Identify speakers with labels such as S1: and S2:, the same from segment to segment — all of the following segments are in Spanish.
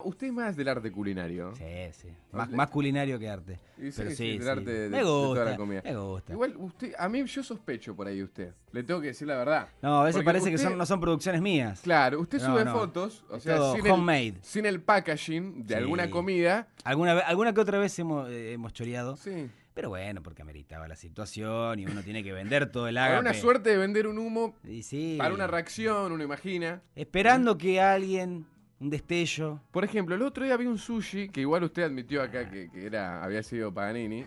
S1: Usted es más del arte culinario.
S2: Sí, sí. Más, más culinario que arte.
S1: Y sí,
S2: Pero
S1: sí,
S2: sí,
S1: del
S2: sí.
S1: arte de-
S2: me
S1: de toda
S2: gusta,
S1: la comida.
S2: Me gusta.
S1: Igual, usted, a mí yo sospecho por ahí de usted. Le tengo que decir la verdad.
S2: no, a veces
S1: Porque
S2: parece que
S1: usted-
S2: son, no son producciones mías.
S1: Claro, usted
S2: No,
S1: sube
S2: no.
S1: fotos, o
S2: Es
S1: sea,
S2: todo
S1: sin el,
S2: homemade.
S1: sin el packaging
S2: Sí.
S1: de alguna comida.
S2: Alguna, ve- alguna que otra vez hemos, eh, hemos choreado.
S1: Sí.
S2: Pero bueno, porque ameritaba la situación y uno tiene que vender todo el
S1: Para
S2: ágape.
S1: una suerte de vender un humo,
S2: Y sí.
S1: para una reacción, uno imagina.
S2: Esperando que alguien, un destello.
S1: Por ejemplo, el otro día había un sushi, que igual usted admitió acá que, que era, había sido Paganini.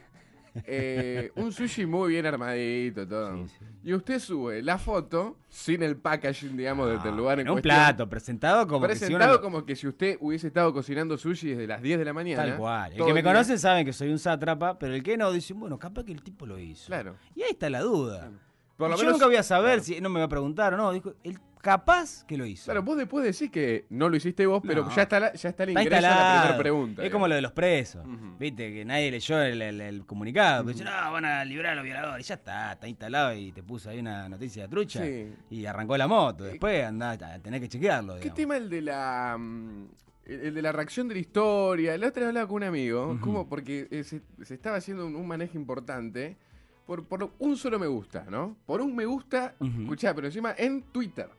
S1: Eh, un sushi muy bien armadito, todo.
S2: Sí, sí.
S1: Y usted sube la foto sin el packaging, digamos, desde el lugar
S2: Ah,
S1: en
S2: en un
S1: cuestión.
S2: plato, presentado como que si uno
S1: Presentado
S2: lo-
S1: como que si usted hubiese estado cocinando sushi desde las 10 de la mañana.
S2: Tal cual. El
S1: ¿eh? todo
S2: que me
S1: día.
S2: conoce sabe que soy un sátrapa, pero el que no dice, bueno, capaz que el tipo lo hizo.
S1: Claro.
S2: Y ahí está la duda.
S1: Por lo
S2: Yo
S1: menos-
S2: nunca voy a saber
S1: claro.
S2: si no me va a preguntar o no. Dijo, el capaz que lo hizo.
S1: Claro, vos después decís que no lo hiciste vos, pero
S2: No.
S1: ya está, la, ya está el
S2: Está
S1: ingreso a la primera
S2: instalado.
S1: pregunta.
S2: Es como lo de los presos.
S1: Ujú.
S2: Viste, que nadie leyó el, el- el comunicado. que dice, no, van a liberar a los violadores. Y ya está, está instalado y te puso ahí una noticia de trucha.
S1: Sí.
S2: Y arrancó la moto. Después andá, a tener que chequearlo.
S1: ¿Qué
S2: digamos.
S1: tema el de la mm, el el de la reacción de la historia? La otra vez hablaba con un amigo, como porque eh, se, se estaba haciendo un, un manejo importante por, por un solo me gusta, ¿no? Por un me gusta,
S2: Ujú.
S1: escuchá, pero encima en Twitter.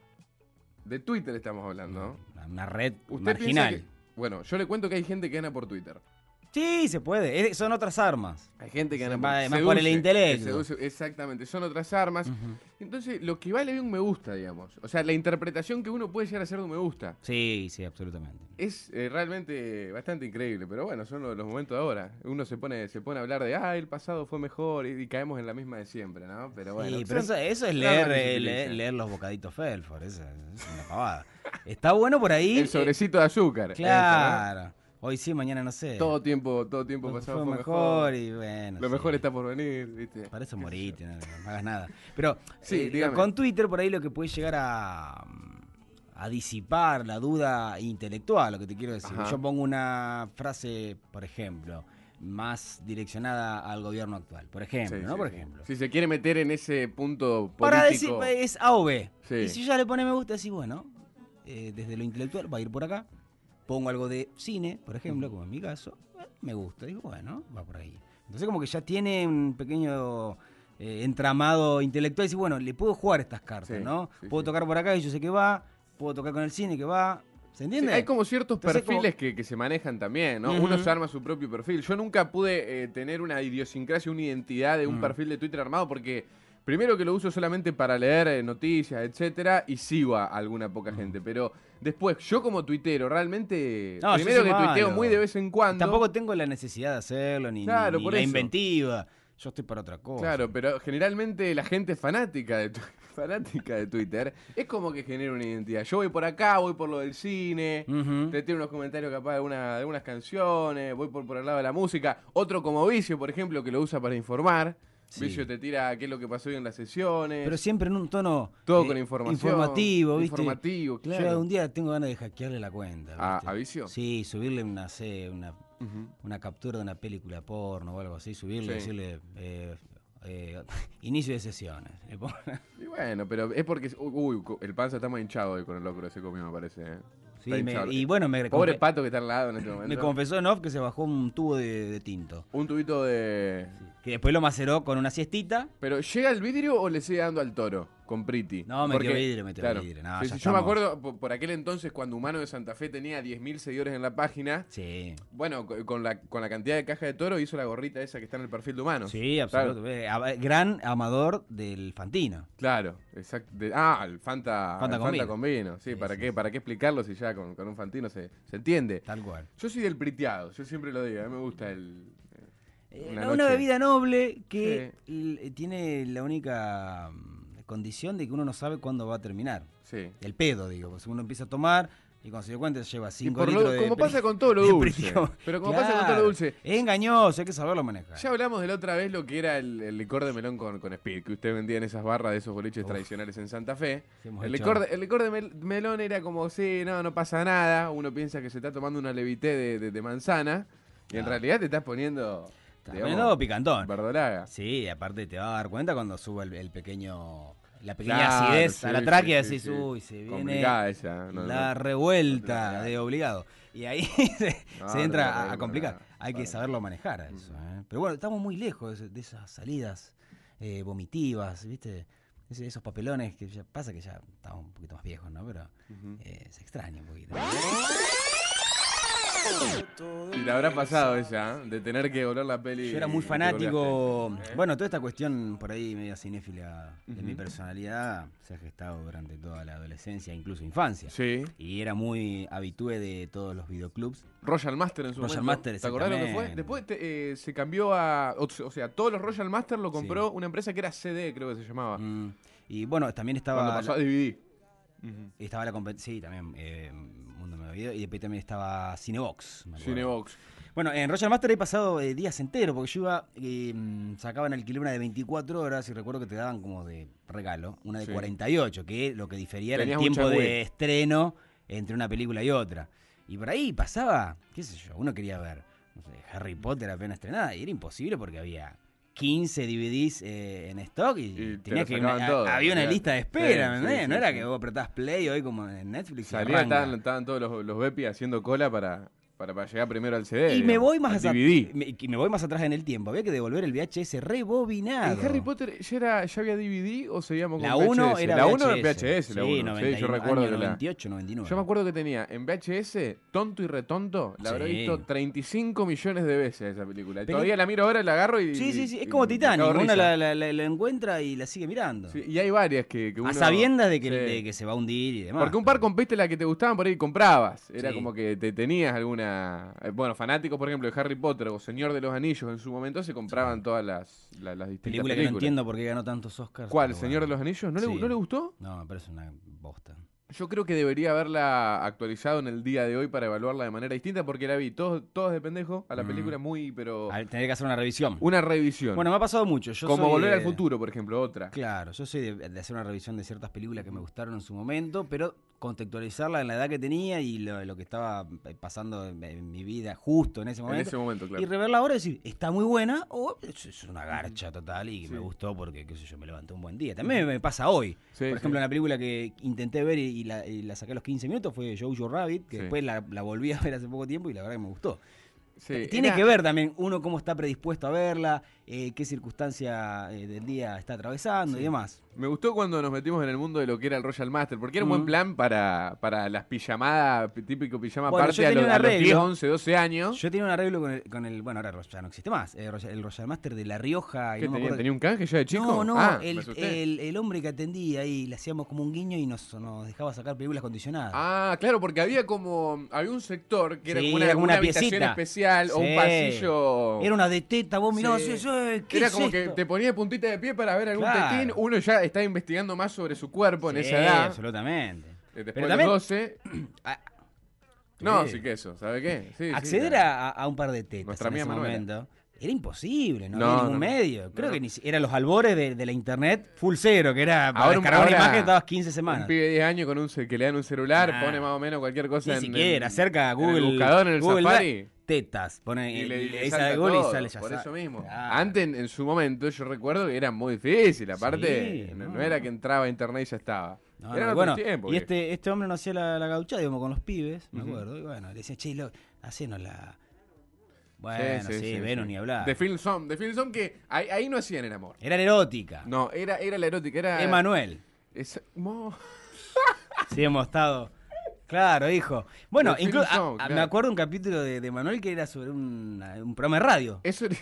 S1: De Twitter estamos hablando.
S2: Una- Una red
S1: Usted piensa
S2: marginal.
S1: que- bueno, yo le cuento que hay gente que gana por Twitter.
S2: Sí, se puede. Es- son otras armas.
S1: Hay gente que
S2: Se
S1: gana
S2: va-
S1: por,
S2: más por el Mm.
S1: que
S2: intelecto.
S1: seduce, exactamente, son otras armas. Entonces, lo que vale bien un me gusta, digamos. O sea, la interpretación que uno puede llegar a hacer de un me gusta.
S2: Sí, sí, absolutamente.
S1: Es eh, realmente bastante increíble, pero bueno, son lo- los momentos de ahora. Uno se pone, se pone a hablar de, ah, el pasado fue mejor y, y caemos en la misma de siempre, ¿no? Pero bueno.
S2: sí, pero eso,
S1: son-
S2: eso es
S1: son
S2: leer,
S1: armas que se
S2: eh, leer,
S1: utilizan.
S2: leer los bocaditos Felford. Eso es una pavada. Está bueno por ahí.
S1: El
S2: eh,
S1: sobrecito de azúcar. eso,
S2: Claro. Hoy sí, mañana no sé.
S1: ¿no? Todo tiempo, todo tiempo
S2: Fue-
S1: pasado
S2: fue
S1: fue
S2: mejor y bueno.
S1: Lo
S2: sí.
S1: mejor está por venir, ¿viste?
S2: Para eso morite, no, no hagas nada. Pero
S1: Sí,
S2: eh,
S1: dígame.
S2: con Twitter por ahí lo que puede llegar a, mm, a disipar la duda intelectual, lo que te quiero decir.
S1: Ajá.
S2: Yo pongo una frase, por ejemplo, más direccionada al gobierno actual. Por ejemplo,
S1: Sí,
S2: ¿no?
S1: sí,
S2: por
S1: sí.
S2: ejemplo.
S1: Si se quiere meter en ese punto político.
S2: Para decir, eh, es A o B.
S1: Sí.
S2: Y si ya le pone me gusta, decís, bueno, eh, desde lo intelectual va a ir por acá. Pongo algo de cine, por ejemplo, como en mi caso, eh, me gusta. Digo, bueno, va por ahí. Entonces como que ya tiene un pequeño eh, entramado intelectual. Decís, bueno, le puedo jugar estas cartas,
S1: Sí,
S2: ¿no?
S1: sí,
S2: puedo
S1: sí.
S2: tocar por acá y yo sé que va. Puedo tocar con el cine que va. ¿Se
S1: Sí,
S2: entiende?
S1: hay como ciertos
S2: Entonces,
S1: perfiles Que, que se manejan también, ¿no?
S2: Ujú.
S1: Uno se arma su propio perfil. Yo nunca pude eh, tener una idiosincrasia, una identidad
S2: Mm.
S1: de un perfil de Twitter armado porque primero que lo uso solamente para leer eh, noticias, etcétera, y sigo a alguna poca
S2: Mm.
S1: gente. Pero después, yo como tuitero, realmente,
S2: No, yo
S1: primero
S2: soy
S1: que tuiteo
S2: malo.
S1: muy de vez en cuando.
S2: Tampoco tengo la necesidad de hacerlo, ni, ni-
S1: Claro,
S2: ni
S1: por
S2: la
S1: eso.
S2: inventiva. Yo estoy para otra cosa.
S1: Claro, pero generalmente la gente fanática de, tu- fanática de Twitter es como que genera una identidad. Yo voy por acá, voy por lo del cine,
S2: Ujú.
S1: te tiro unos comentarios capaz de, una, de unas canciones, voy por, por el lado de la música. Otro como Vicio, por ejemplo, que lo usa para informar.
S2: Sí.
S1: Vicio te tira qué es lo que pasó hoy en las sesiones.
S2: Pero siempre en un tono. eh,
S1: Todo con información,
S2: Informativo, ¿viste?
S1: informativo, claro.
S2: Yo un día tengo ganas de hackearle la cuenta.
S1: ¿A-
S2: ¿viste?
S1: a Vicio?
S2: Sí, subirle una, sé, una,
S1: Ujú.
S2: una captura de una película porno o algo así, subirle
S1: Sí.
S2: y decirle. eh, eh, inicio de sesiones. Le pongo-
S1: Y bueno, pero es porque. Uy, co- el panza está más hinchado hoy con el locro ese comió, me parece. ¿eh?
S2: Sí,
S1: Está
S2: me-
S1: hinchado.
S2: y bueno, me,
S1: Pobre
S2: confe-
S1: pato que está al lado en este momento.
S2: me confesó en off que se bajó un tubo de, de tinto.
S1: Un tubito de.
S2: Que después lo maceró con una siestita.
S1: Pero ¿llega el vidrio o le sigue dando al toro con Priti?
S2: No, metió vidrio, metió
S1: claro.
S2: vidrio. No,
S1: Sí,
S2: ya
S1: sí, yo me
S2: estamos.
S1: acuerdo por, por aquel entonces cuando Humano de Santa Fe tenía 10.000 seguidores en la página.
S2: Sí.
S1: Bueno, co- con la, con la cantidad de caja de toro hizo la gorrita esa que está en el perfil de Humano.
S2: Sí, absoluto. Eh, a- Gran amador del Fantino.
S1: Claro, exacto. De- ah, el Fanta,
S2: Fanta
S1: el
S2: con
S1: Fanta
S2: vino.
S1: con vino. Sí,
S2: Sí,
S1: ¿para,
S2: sí,
S1: qué,
S2: sí.
S1: ¿para qué explicarlo si ya con, con un Fantino se, se entiende?
S2: Tal cual.
S1: Yo soy del priteado, yo siempre lo digo, a mí me gusta el...
S2: Eh,
S1: Una
S2: Una,
S1: noche.
S2: bebida noble que l- eh, tiene la única mm, condición de que uno no sabe cuándo va a terminar.
S1: Sí.
S2: El pedo, digo. Pues uno empieza a tomar y cuando se da cuenta lleva
S1: Y
S2: 5
S1: por lo-
S2: litros de
S1: como
S2: pre-
S1: pasa con todo lo
S2: de
S1: dulce.
S2: precio.
S1: Pero como pasa con todo lo
S2: Claro.
S1: dulce.
S2: Es engañoso, hay que saberlo manejar.
S1: Ya hablamos de la otra vez lo que era el, el licor de melón con, con Speed, que usted vendía en esas barras de esos boliches
S2: Uf.
S1: tradicionales en Santa Fe.
S2: Sí, hemos
S1: El
S2: hecho-
S1: licor, de, el licor de mel- melón era como, sí, no, no pasa nada. Uno piensa que se está tomando una levité de, de- de manzana. Y en
S2: Claro.
S1: realidad te estás poniendo.
S2: Está
S1: digamos,
S2: poniendo picantón.
S1: Verdolaga.
S2: Sí, aparte te vas a dar cuenta cuando suba el, el pequeño. La pequeña
S1: Claro,
S2: acidez
S1: sí,
S2: a la
S1: sí,
S2: tráquea,
S1: sí,
S2: decís,
S1: sí.
S2: uy, se viene
S1: Complicada esa, no,
S2: la
S1: no.
S2: revuelta de obligado. Y ahí se, se
S1: No, no me
S2: entra a- a
S1: arreglo
S2: complicar.
S1: nada. Mm.
S2: Hay que
S1: Vale.
S2: saberlo manejar a eso. ¿eh? Pero bueno, estamos muy lejos de, de esas salidas eh, vomitivas, ¿viste? Ese- esos papelones que ya pasa que ya estamos un poquito más viejos, ¿no? Pero eh, se extraña un poquito.
S1: Y te habrá pasado esa, ¿eh? de tener que volver la peli.
S2: Yo era muy
S1: y te ¿Eh?
S2: fanático. Bueno, toda esta cuestión por ahí media cinéfila de mi
S1: Ujú.
S2: personalidad se ha gestado durante toda la adolescencia, incluso infancia.
S1: colgaste. Sí.
S2: Y era muy habitué de todos los videoclubs.
S1: Royal Master en su
S2: Royal
S1: momento.
S2: Master,
S1: ¿Te acordás lo que fue?
S2: exactamente.
S1: Después te- eh, se cambió a. O o sea, todos los Royal Master lo compró una empresa que era CD, creo que se llamaba.
S2: Mm, Y bueno, también estaba.
S1: Cuando Ah. pasó
S2: la-
S1: a DVD.
S2: Estaba la competencia, sí, también eh, Mundo Nuevo Video, y después también estaba Cinebox. me acuerdo.
S1: Cinebox.
S2: Bueno, en Roger Master he pasado eh, días enteros, porque yo iba, eh, mm, sacaban alquiler una de 24 horas y recuerdo que te daban como de regalo, una de
S1: Sí.
S2: 48, que lo que difería era el
S1: Tenías un
S2: tiempo
S1: changüí.
S2: de estreno entre una película y otra. Y por ahí pasaba, qué sé yo, uno quería ver, no sé, Harry Potter apenas estrenada, y era imposible porque había 15 DVDs eh, en stock y,
S1: Y te
S2: tenías
S1: lo
S2: que
S1: sacaban
S2: a-
S1: todo,
S2: había una
S1: olvidate.
S2: lista de
S1: Sí,
S2: espera, ¿me
S1: sí,
S2: entendés?
S1: sí,
S2: No era
S1: sí.
S2: que vos apretás play hoy como en Netflix y
S1: Salía,
S2: arranca.
S1: estaban, estaban todos los, los Bepi haciendo cola para, para, para llegar primero al CD.
S2: Y me
S1: digamos,
S2: voy más
S1: al
S2: atrás.
S1: DVD.
S2: me- y me voy más atrás en el tiempo. Había que devolver el VHS rebobinado.
S1: ¿En Harry Potter ya, era, ya había DVD o seguíamos con
S2: La 1
S1: VHS?
S2: era
S1: La 1
S2: 1
S1: era VHS, la 1. Sí, yo recuerdo que la.
S2: 98, 99.
S1: Yo me acuerdo que tenía en VHS, tonto y retonto, la habré
S2: Sí.
S1: visto 35 millones de veces esa película. Y
S2: Pero-
S1: Todavía la miro ahora, la agarro y.
S2: Sí, sí, sí.
S1: y-
S2: Es como
S1: y me cago
S2: Titanic.
S1: de
S2: Una
S1: risa.
S2: la, la- la- la encuentra y la sigue mirando.
S1: Sí, y hay varias que, que uno.
S2: a sabiendas de que,
S1: Sí.
S2: de que se va a hundir y demás.
S1: Porque un par compiste la que te gustaban por ahí comprabas. Era
S2: Sí.
S1: como que te tenías alguna. eh, Bueno, fanáticos, por ejemplo, de Harry Potter o Señor de los Anillos en su momento se compraban todas las, la- las distintas
S2: Película que no
S1: películas.
S2: entiendo por qué ganó tantos Oscars.
S1: ¿Cuál?
S2: pero
S1: ¿Señor de
S2: bueno.
S1: los Anillos? ¿No, le,
S2: Sí.
S1: ¿No le gustó?
S2: No, me parece una bosta.
S1: Yo creo que debería haberla actualizado en el día de hoy para evaluarla de manera distinta porque la vi todos todos de pendejo a la
S2: Mm.
S1: película muy, pero.
S2: Al tener que hacer una revisión.
S1: Una revisión.
S2: Bueno, me ha pasado mucho. Yo
S1: Oh. como
S2: soy
S1: Volver
S2: de-
S1: al Futuro, por ejemplo, otra.
S2: Claro, yo soy de, de hacer una revisión de ciertas películas que me gustaron en su momento, pero contextualizarla en la edad que tenía y lo, lo que estaba eh, pasando en, en mi vida justo en ese
S1: En
S2: momento.
S1: ese momento,
S2: Y
S1: claro.
S2: reverla ahora y decir, está muy buena o es, es una garcha total y
S1: Sí.
S2: me gustó porque, qué sé yo, me levanté un buen día. También me pasa hoy.
S1: Sí,
S2: Por ejemplo,
S1: sí.
S2: la película que intenté ver y, y la, y la saqué a los 15 minutos fue Jojo Rabbit, que
S1: Sí.
S2: después la, la volví a ver hace poco tiempo y la verdad que me gustó.
S1: Sí,
S2: Tiene
S1: era-
S2: que ver también uno cómo está predispuesto a verla, eh, qué circunstancia eh, del día está atravesando y demás.
S1: Me gustó cuando nos metimos en el mundo de lo que era el Royal Master, porque era un buen
S2: Mm.
S1: plan para, para las pijamadas, pi- típico pijama
S2: Bueno,
S1: party
S2: yo
S1: a, lo-
S2: tenía un
S1: a los 10,
S2: arreglo.
S1: 11, 12 años.
S2: Yo tenía un arreglo con el, con el- bueno, ahora ya no existe más, eh, Royal- el Royal Master de La Rioja. y
S1: ¿Qué
S2: no me
S1: tenía?
S2: acuerdo-
S1: ¿Tenía un canje ya de chico?
S2: No, no,
S1: Ah, me
S2: el,
S1: asusté.
S2: el- el hombre que atendía ahí, le hacíamos como un guiño y nos, nos dejaba sacar películas condicionadas.
S1: Ah, claro, porque había como había un sector que era
S2: Sí,
S1: como una,
S2: era como una
S1: habitación
S2: piecita.
S1: especial o un
S2: Sí.
S1: pasillo.
S2: Era una de teta, vos mirabas
S1: Sí.
S2: y decías, "Eh, ¿qué
S1: Era
S2: es
S1: como que
S2: esto?".
S1: te ponía de puntita de pie para ver algún
S2: Claro.
S1: tetín. Uno ya está investigando más sobre su cuerpo en
S2: Sí,
S1: esa edad.
S2: absolutamente.
S1: Eh,
S2: Pero
S1: Después de los
S2: también
S1: 12.
S2: Ah.
S1: No,
S2: Sí.
S1: sí que eso, ¿sabe qué? Sí, sí,
S2: acceder
S1: claro.
S2: a, a un par de tetas
S1: Nuestra
S2: en
S1: amiga
S2: ese
S1: Manuela.
S2: momento era imposible, no,
S1: No,
S2: había ningún
S1: no, no.
S2: medio. Creo
S1: no.
S2: que ni si- eran los albores de, de la internet full cero, que era para
S1: Ahora un-
S2: descargar una
S1: ahora
S2: imagen estabas 15
S1: Un
S2: semanas.
S1: pibe de 10 años con un, ce- que le dan un celular,
S2: Ah.
S1: pone más o menos cualquier cosa
S2: Ni
S1: en
S2: siquiera,
S1: en-
S2: acerca a
S1: en
S2: Google.
S1: el buscador, en el
S2: Google
S1: Safari.
S2: da- Tetas, pone y
S1: Y le, y le
S2: le dice
S1: salta
S2: a Google
S1: todo,
S2: y sale ya
S1: Por
S2: sa-
S1: eso mismo.
S2: Claro.
S1: Antes, en, en su momento, yo recuerdo que era muy difícil. Aparte,
S2: Sí,
S1: no,
S2: no,
S1: no era
S2: no.
S1: que entraba a internet y ya estaba.
S2: No, no, y
S1: Eran otros
S2: bueno,
S1: tiempos,
S2: y
S1: viejo.
S2: este, este hombre no hacía la, la gauchada, íbamos con los pibes, me
S1: Ujú.
S2: acuerdo, y bueno, le decían, che, lo, hacenos la... Bueno, sí, Venus ni hablar.
S1: De Film Song, de Film Song que ahí, ahí no hacían el amor.
S2: Era la erótica.
S1: No, era, era la erótica, era.
S2: Emanuel.
S1: Es- mo-
S2: Sí, hemos estado. Claro, hijo. Bueno,
S1: Pero
S2: inclu-
S1: sí, no,
S2: a- a-
S1: claro.
S2: me acuerdo un capítulo de, de Manuel que era sobre un, un programa de radio.
S1: Eso era-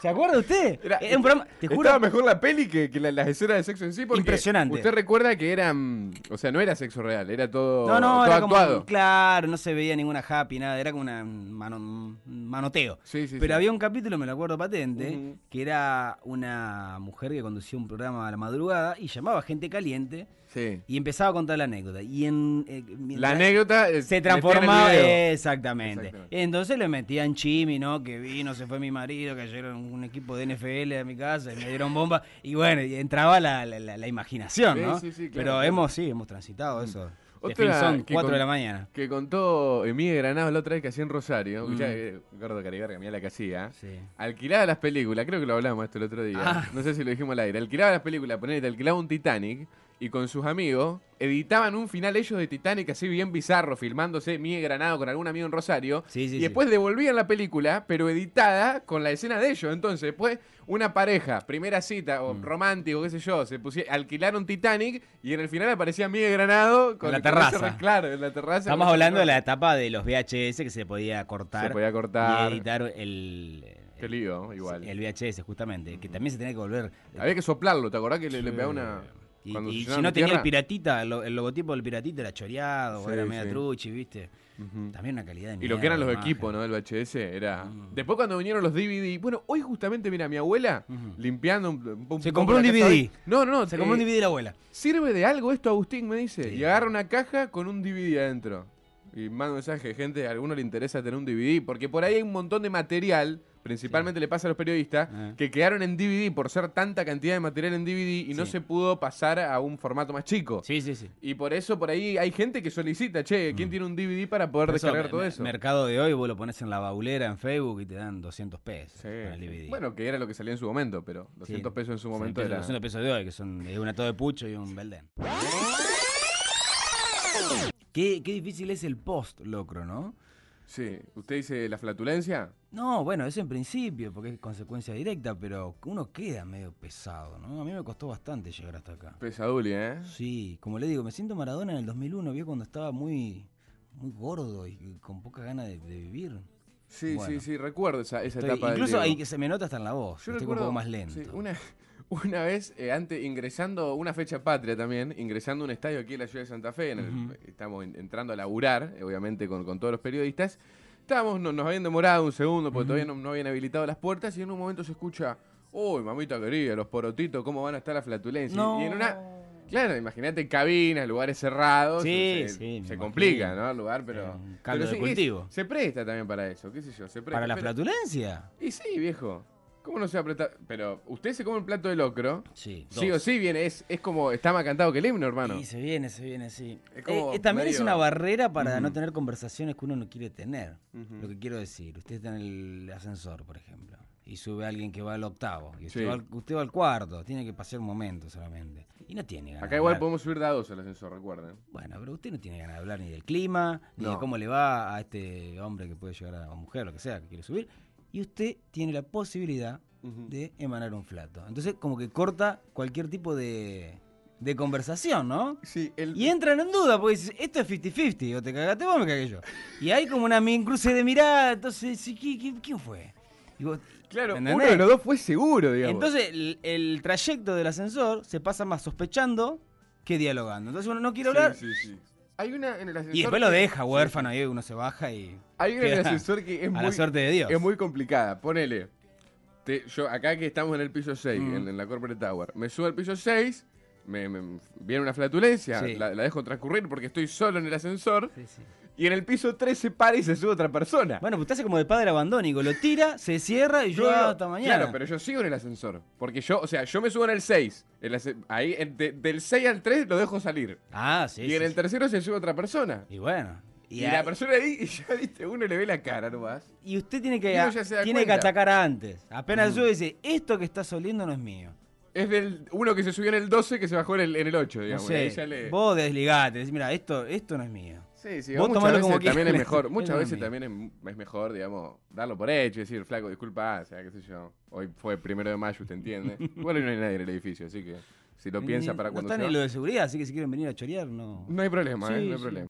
S2: ¿Se acuerda usted?
S1: Era-
S2: Era, un programa, te juro,
S1: Estaba mejor la peli que, que la- las escenas de sexo en sí. Porque
S2: Impresionante.
S1: Usted recuerda que eran. O sea, no era sexo real, era todo,
S2: No, no,
S1: todo
S2: era como-
S1: actuado.
S2: claro, no se veía ninguna happy, nada, era como una, un mano- un manoteo.
S1: Sí, sí,
S2: Pero
S1: sí.
S2: había un capítulo, me lo acuerdo patente,
S1: Ujú.
S2: que era una mujer que conducía un programa a la madrugada y llamaba a gente caliente
S1: Sí.
S2: y empezaba a contar la anécdota. Y en eh,
S1: La
S2: mientras-
S1: anécdota eh,
S2: se
S1: metía en el
S2: transformaba eh,
S1: video.
S2: exactamente.
S1: Exactamente.
S2: Entonces le metían chimi, ¿no? Que vino, se fue mi marido, cayeron un equipo de NFL a mi casa y me dieron bomba. Y bueno, y entraba la, la- la- la imaginación,
S1: Sí,
S2: ¿no?
S1: sí, sí, claro,
S2: Pero
S1: claro. Mm.
S2: hemos, sí, hemos transitado eso.
S1: Otra
S2: son
S1: que
S2: 4
S1: con-
S2: de la mañana.
S1: Que contó Emilia Granado la otra vez que hacía en Rosario.
S2: Mm.
S1: Ya, eh, Gordo Cariberga, mirá la que hacía.
S2: Sí.
S1: Alquilaba las películas, creo que lo hablamos esto el otro día.
S2: Ah.
S1: No sé si lo dijimos al aire. Alquilaba las películas, ponele, te alquilaba un Titanic y con sus amigos editaban un final ellos de Titanic así bien bizarro, filmándose Mie Granado con algún amigo en Rosario.
S2: Sí, sí, sí.
S1: y después devolvían la película, pero editada con la escena de ellos. Entonces, después una pareja, primera cita
S2: Mm.
S1: o romántico, qué sé yo, se pusieron, alquilaron Titanic y en el final aparecía Mie Granado con
S2: En la
S1: con
S2: terraza.
S1: ese re- claro, en la terraza.
S2: Estamos
S1: con ese
S2: hablando de la
S1: reloj.
S2: etapa de los VHS que se podía cortar.
S1: Se podía cortar.
S2: Y editar el.
S1: Qué lío, igual.
S2: El VHS, justamente. Que también se tenía que volver.
S1: Había que soplarlo, ¿te acordás que le, le pegaba una.
S2: Eh, Y,
S1: cuando
S2: y
S1: se
S2: si
S1: llenaban
S2: no
S1: de
S2: tenía el
S1: tierra?
S2: piratita, el, lo- el logotipo del piratita era choreado,
S1: Sí,
S2: era media
S1: sí.
S2: truchi, ¿viste?
S1: Ujú.
S2: También una calidad de
S1: Y lo
S2: mierda
S1: que eran
S2: de
S1: los
S2: imagen.
S1: equipos, ¿no? Del VHS era.
S2: Mm.
S1: Después cuando vinieron los DVD. Bueno, hoy justamente, mira, mi abuela
S2: Ujú.
S1: limpiando un, un-
S2: Se
S1: un
S2: compró
S1: poco
S2: un
S1: la casa
S2: DVD.
S1: hoy. No, no, no.
S2: Se compró un
S1: eh,
S2: DVD de la abuela.
S1: ¿Sirve de algo esto, Agustín? Me dice.
S2: Sí.
S1: Y agarra una caja con un DVD adentro. Y manda un mensaje, gente, a alguno le interesa tener un DVD. Porque por ahí hay un montón de material, principalmente le pasa a los periodistas,
S2: Ah.
S1: que quedaron en DVD por ser tanta cantidad de material en DVD y no
S2: Sí.
S1: se pudo pasar a un formato más chico.
S2: Sí, sí, sí.
S1: Y por eso por ahí hay gente que solicita, che, ¿quién tiene un DVD para poder
S2: Mm. Por eso,
S1: descargar
S2: me-
S1: todo
S2: me-
S1: eso?
S2: Mercado de hoy, vos lo pones en la baulera en Facebook y te dan 200 pesos
S1: Sí.
S2: por el DVD.
S1: Bueno, que era lo que salía en su momento, pero 200
S2: Sí,
S1: pesos en su
S2: 100
S1: momento
S2: pesos,
S1: era...
S2: 200 pesos de hoy, que son es un atado de pucho y un belden. Qué, qué difícil es el post, locro, ¿no?
S1: Sí, usted dice la flatulencia.
S2: No, bueno, eso en principio, porque es consecuencia directa, pero uno queda medio pesado, ¿no? A mí me costó bastante llegar hasta acá.
S1: Pesaduli, ¿eh?
S2: Sí, como le digo, me siento Maradona en el 2001, vio cuando estaba muy, muy gordo y y con poca ganas de, de vivir.
S1: Sí, sí,
S2: Bueno.
S1: sí, recuerdo esa, esa
S2: Estoy-
S1: etapa. del
S2: incluso
S1: Diego.
S2: ahí que se me nota hasta en la voz.
S1: Yo
S2: estoy
S1: recuerdo,
S2: un poco Este más lento.
S1: sí, una, una vez, eh, antes, ingresando, una fecha patria también, ingresando a un estadio aquí en la ciudad de Santa Fe, en el-
S2: Ujú.
S1: estamos en- entrando a laburar, eh, obviamente, con, con todos los periodistas. Estábamos, no- nos habían demorado un segundo porque todavía no, no habían habilitado las puertas y en un momento se escucha, uy, mamita querida, los porotitos, ¿cómo van a estar la flatulencia?
S2: No.
S1: Y en una... Claro, imagínate cabinas, lugares cerrados,
S2: Sí, sí, me
S1: se, se
S2: imagino.
S1: complica, ¿no? El lugar, pero...
S2: Eh, un caldo de
S1: sí, es-
S2: cultivo.
S1: Se presta también para eso, qué sé yo, se presta.
S2: ¿Para la
S1: pero-
S2: flatulencia?
S1: y sí, viejo. ¿Cómo no se aprieta? Pero usted se come un plato de locro.
S2: Sí.
S1: Sí o sí, viene. Es, es como. Está más cantado que el himno, hermano.
S2: Sí, se viene, se viene, sí.
S1: Es como
S2: Eh, eh, también es
S1: medio-
S2: una barrera para no
S1: Ujú.
S2: tener conversaciones que uno no quiere tener.
S1: Ujú.
S2: Lo que quiero decir, usted está en el ascensor, por ejemplo, y sube alguien que va al octavo, y usted,
S1: Sí.
S2: va, al, usted va al cuarto, tiene que pasar un momento solamente. Y no tiene ganas
S1: Acá
S2: de
S1: igual
S2: hablar.
S1: podemos subir de a dos al ascensor, recuerden.
S2: Bueno, pero usted no tiene ganas de hablar ni del clima, ni de
S1: No.
S2: cómo le va a este hombre que puede llegar a o mujer, lo que sea, que quiere subir. Y usted tiene la posibilidad
S1: Ujú.
S2: de emanar un flato. Entonces, como que corta cualquier tipo de, de conversación, ¿no?
S1: Sí, el.
S2: Y entran en duda, porque dices, esto es 50-50, o te cagaste vos, me cagué yo. Y hay como una min- cruce de mirada, entonces, sí, ¿qui- qui- ¿quién fue? Y vos-
S1: Claro,
S2: ¿me
S1: uno de
S2: entendés?
S1: los dos fue seguro, digamos.
S2: Entonces, el, el trayecto del ascensor se pasa más sospechando que dialogando. Entonces, uno no quiere hablar
S1: Sí, sí, sí. Hay una en el ascensor.
S2: y después lo
S1: que-
S2: deja
S1: sí.
S2: huérfano y uno se baja y.
S1: Hay una en el
S2: queda
S1: ascensor que es
S2: a
S1: muy.
S2: la suerte de Dios.
S1: Es muy complicada. Ponele. te- yo, acá que estamos en el piso 6,
S2: Mm.
S1: en, en la Corporate Tower. Me subo al piso 6, me, me- viene una flatulencia,
S2: Sí.
S1: la, la dejo transcurrir porque estoy solo en el ascensor.
S2: Sí, sí.
S1: Y en el piso 3 se para y se sube otra persona.
S2: Bueno, pues te hace como de padre abandónico, lo tira, se cierra y yo
S1: Claro,
S2: hasta mañana.
S1: Claro, pero yo sigo en el ascensor. Porque yo, o sea, yo me subo en el 6. el ase- ahí, en- de- del 6 al 3 lo dejo salir.
S2: Ah, sí.
S1: y
S2: sí,
S1: en el
S2: sí.
S1: tercero se sube otra persona.
S2: Y bueno.
S1: Y,
S2: Y, a-
S1: la persona ahí, y ya viste, uno le ve la cara nomás.
S2: y usted tiene que,
S1: Y uno ya se da
S2: tiene que
S1: cuenta.
S2: atacar antes. Apenas
S1: Mm.
S2: sube dice, esto que está oliendo no es mío.
S1: Es del uno que se subió en el 12 que se bajó en el, en el 8,
S2: No
S1: digamos. y
S2: sé,
S1: ahí ya le-
S2: vos desligate, decís, mira, esto, esto no es mío.
S1: Sí, sí,
S2: vos
S1: muchas
S2: tomalo
S1: veces
S2: como
S1: también
S2: quieras.
S1: es mejor.
S2: Es
S1: Muchas
S2: lo
S1: veces
S2: mismo.
S1: también es, es mejor, digamos, darlo por hecho y decir, flaco, disculpa, o sea, qué sé yo. Hoy fue primero de mayo, usted entiende. Igual hoy no hay nadie en el edificio, así que si lo
S2: Ni-
S1: piensa
S2: ni-
S1: para
S2: no
S1: cuando
S2: está
S1: se
S2: ni
S1: va-
S2: lo de seguridad, así que si quieren venir a chorear, no.
S1: No hay problema, ¿eh?
S2: Sí,
S1: No hay
S2: sí.
S1: problema.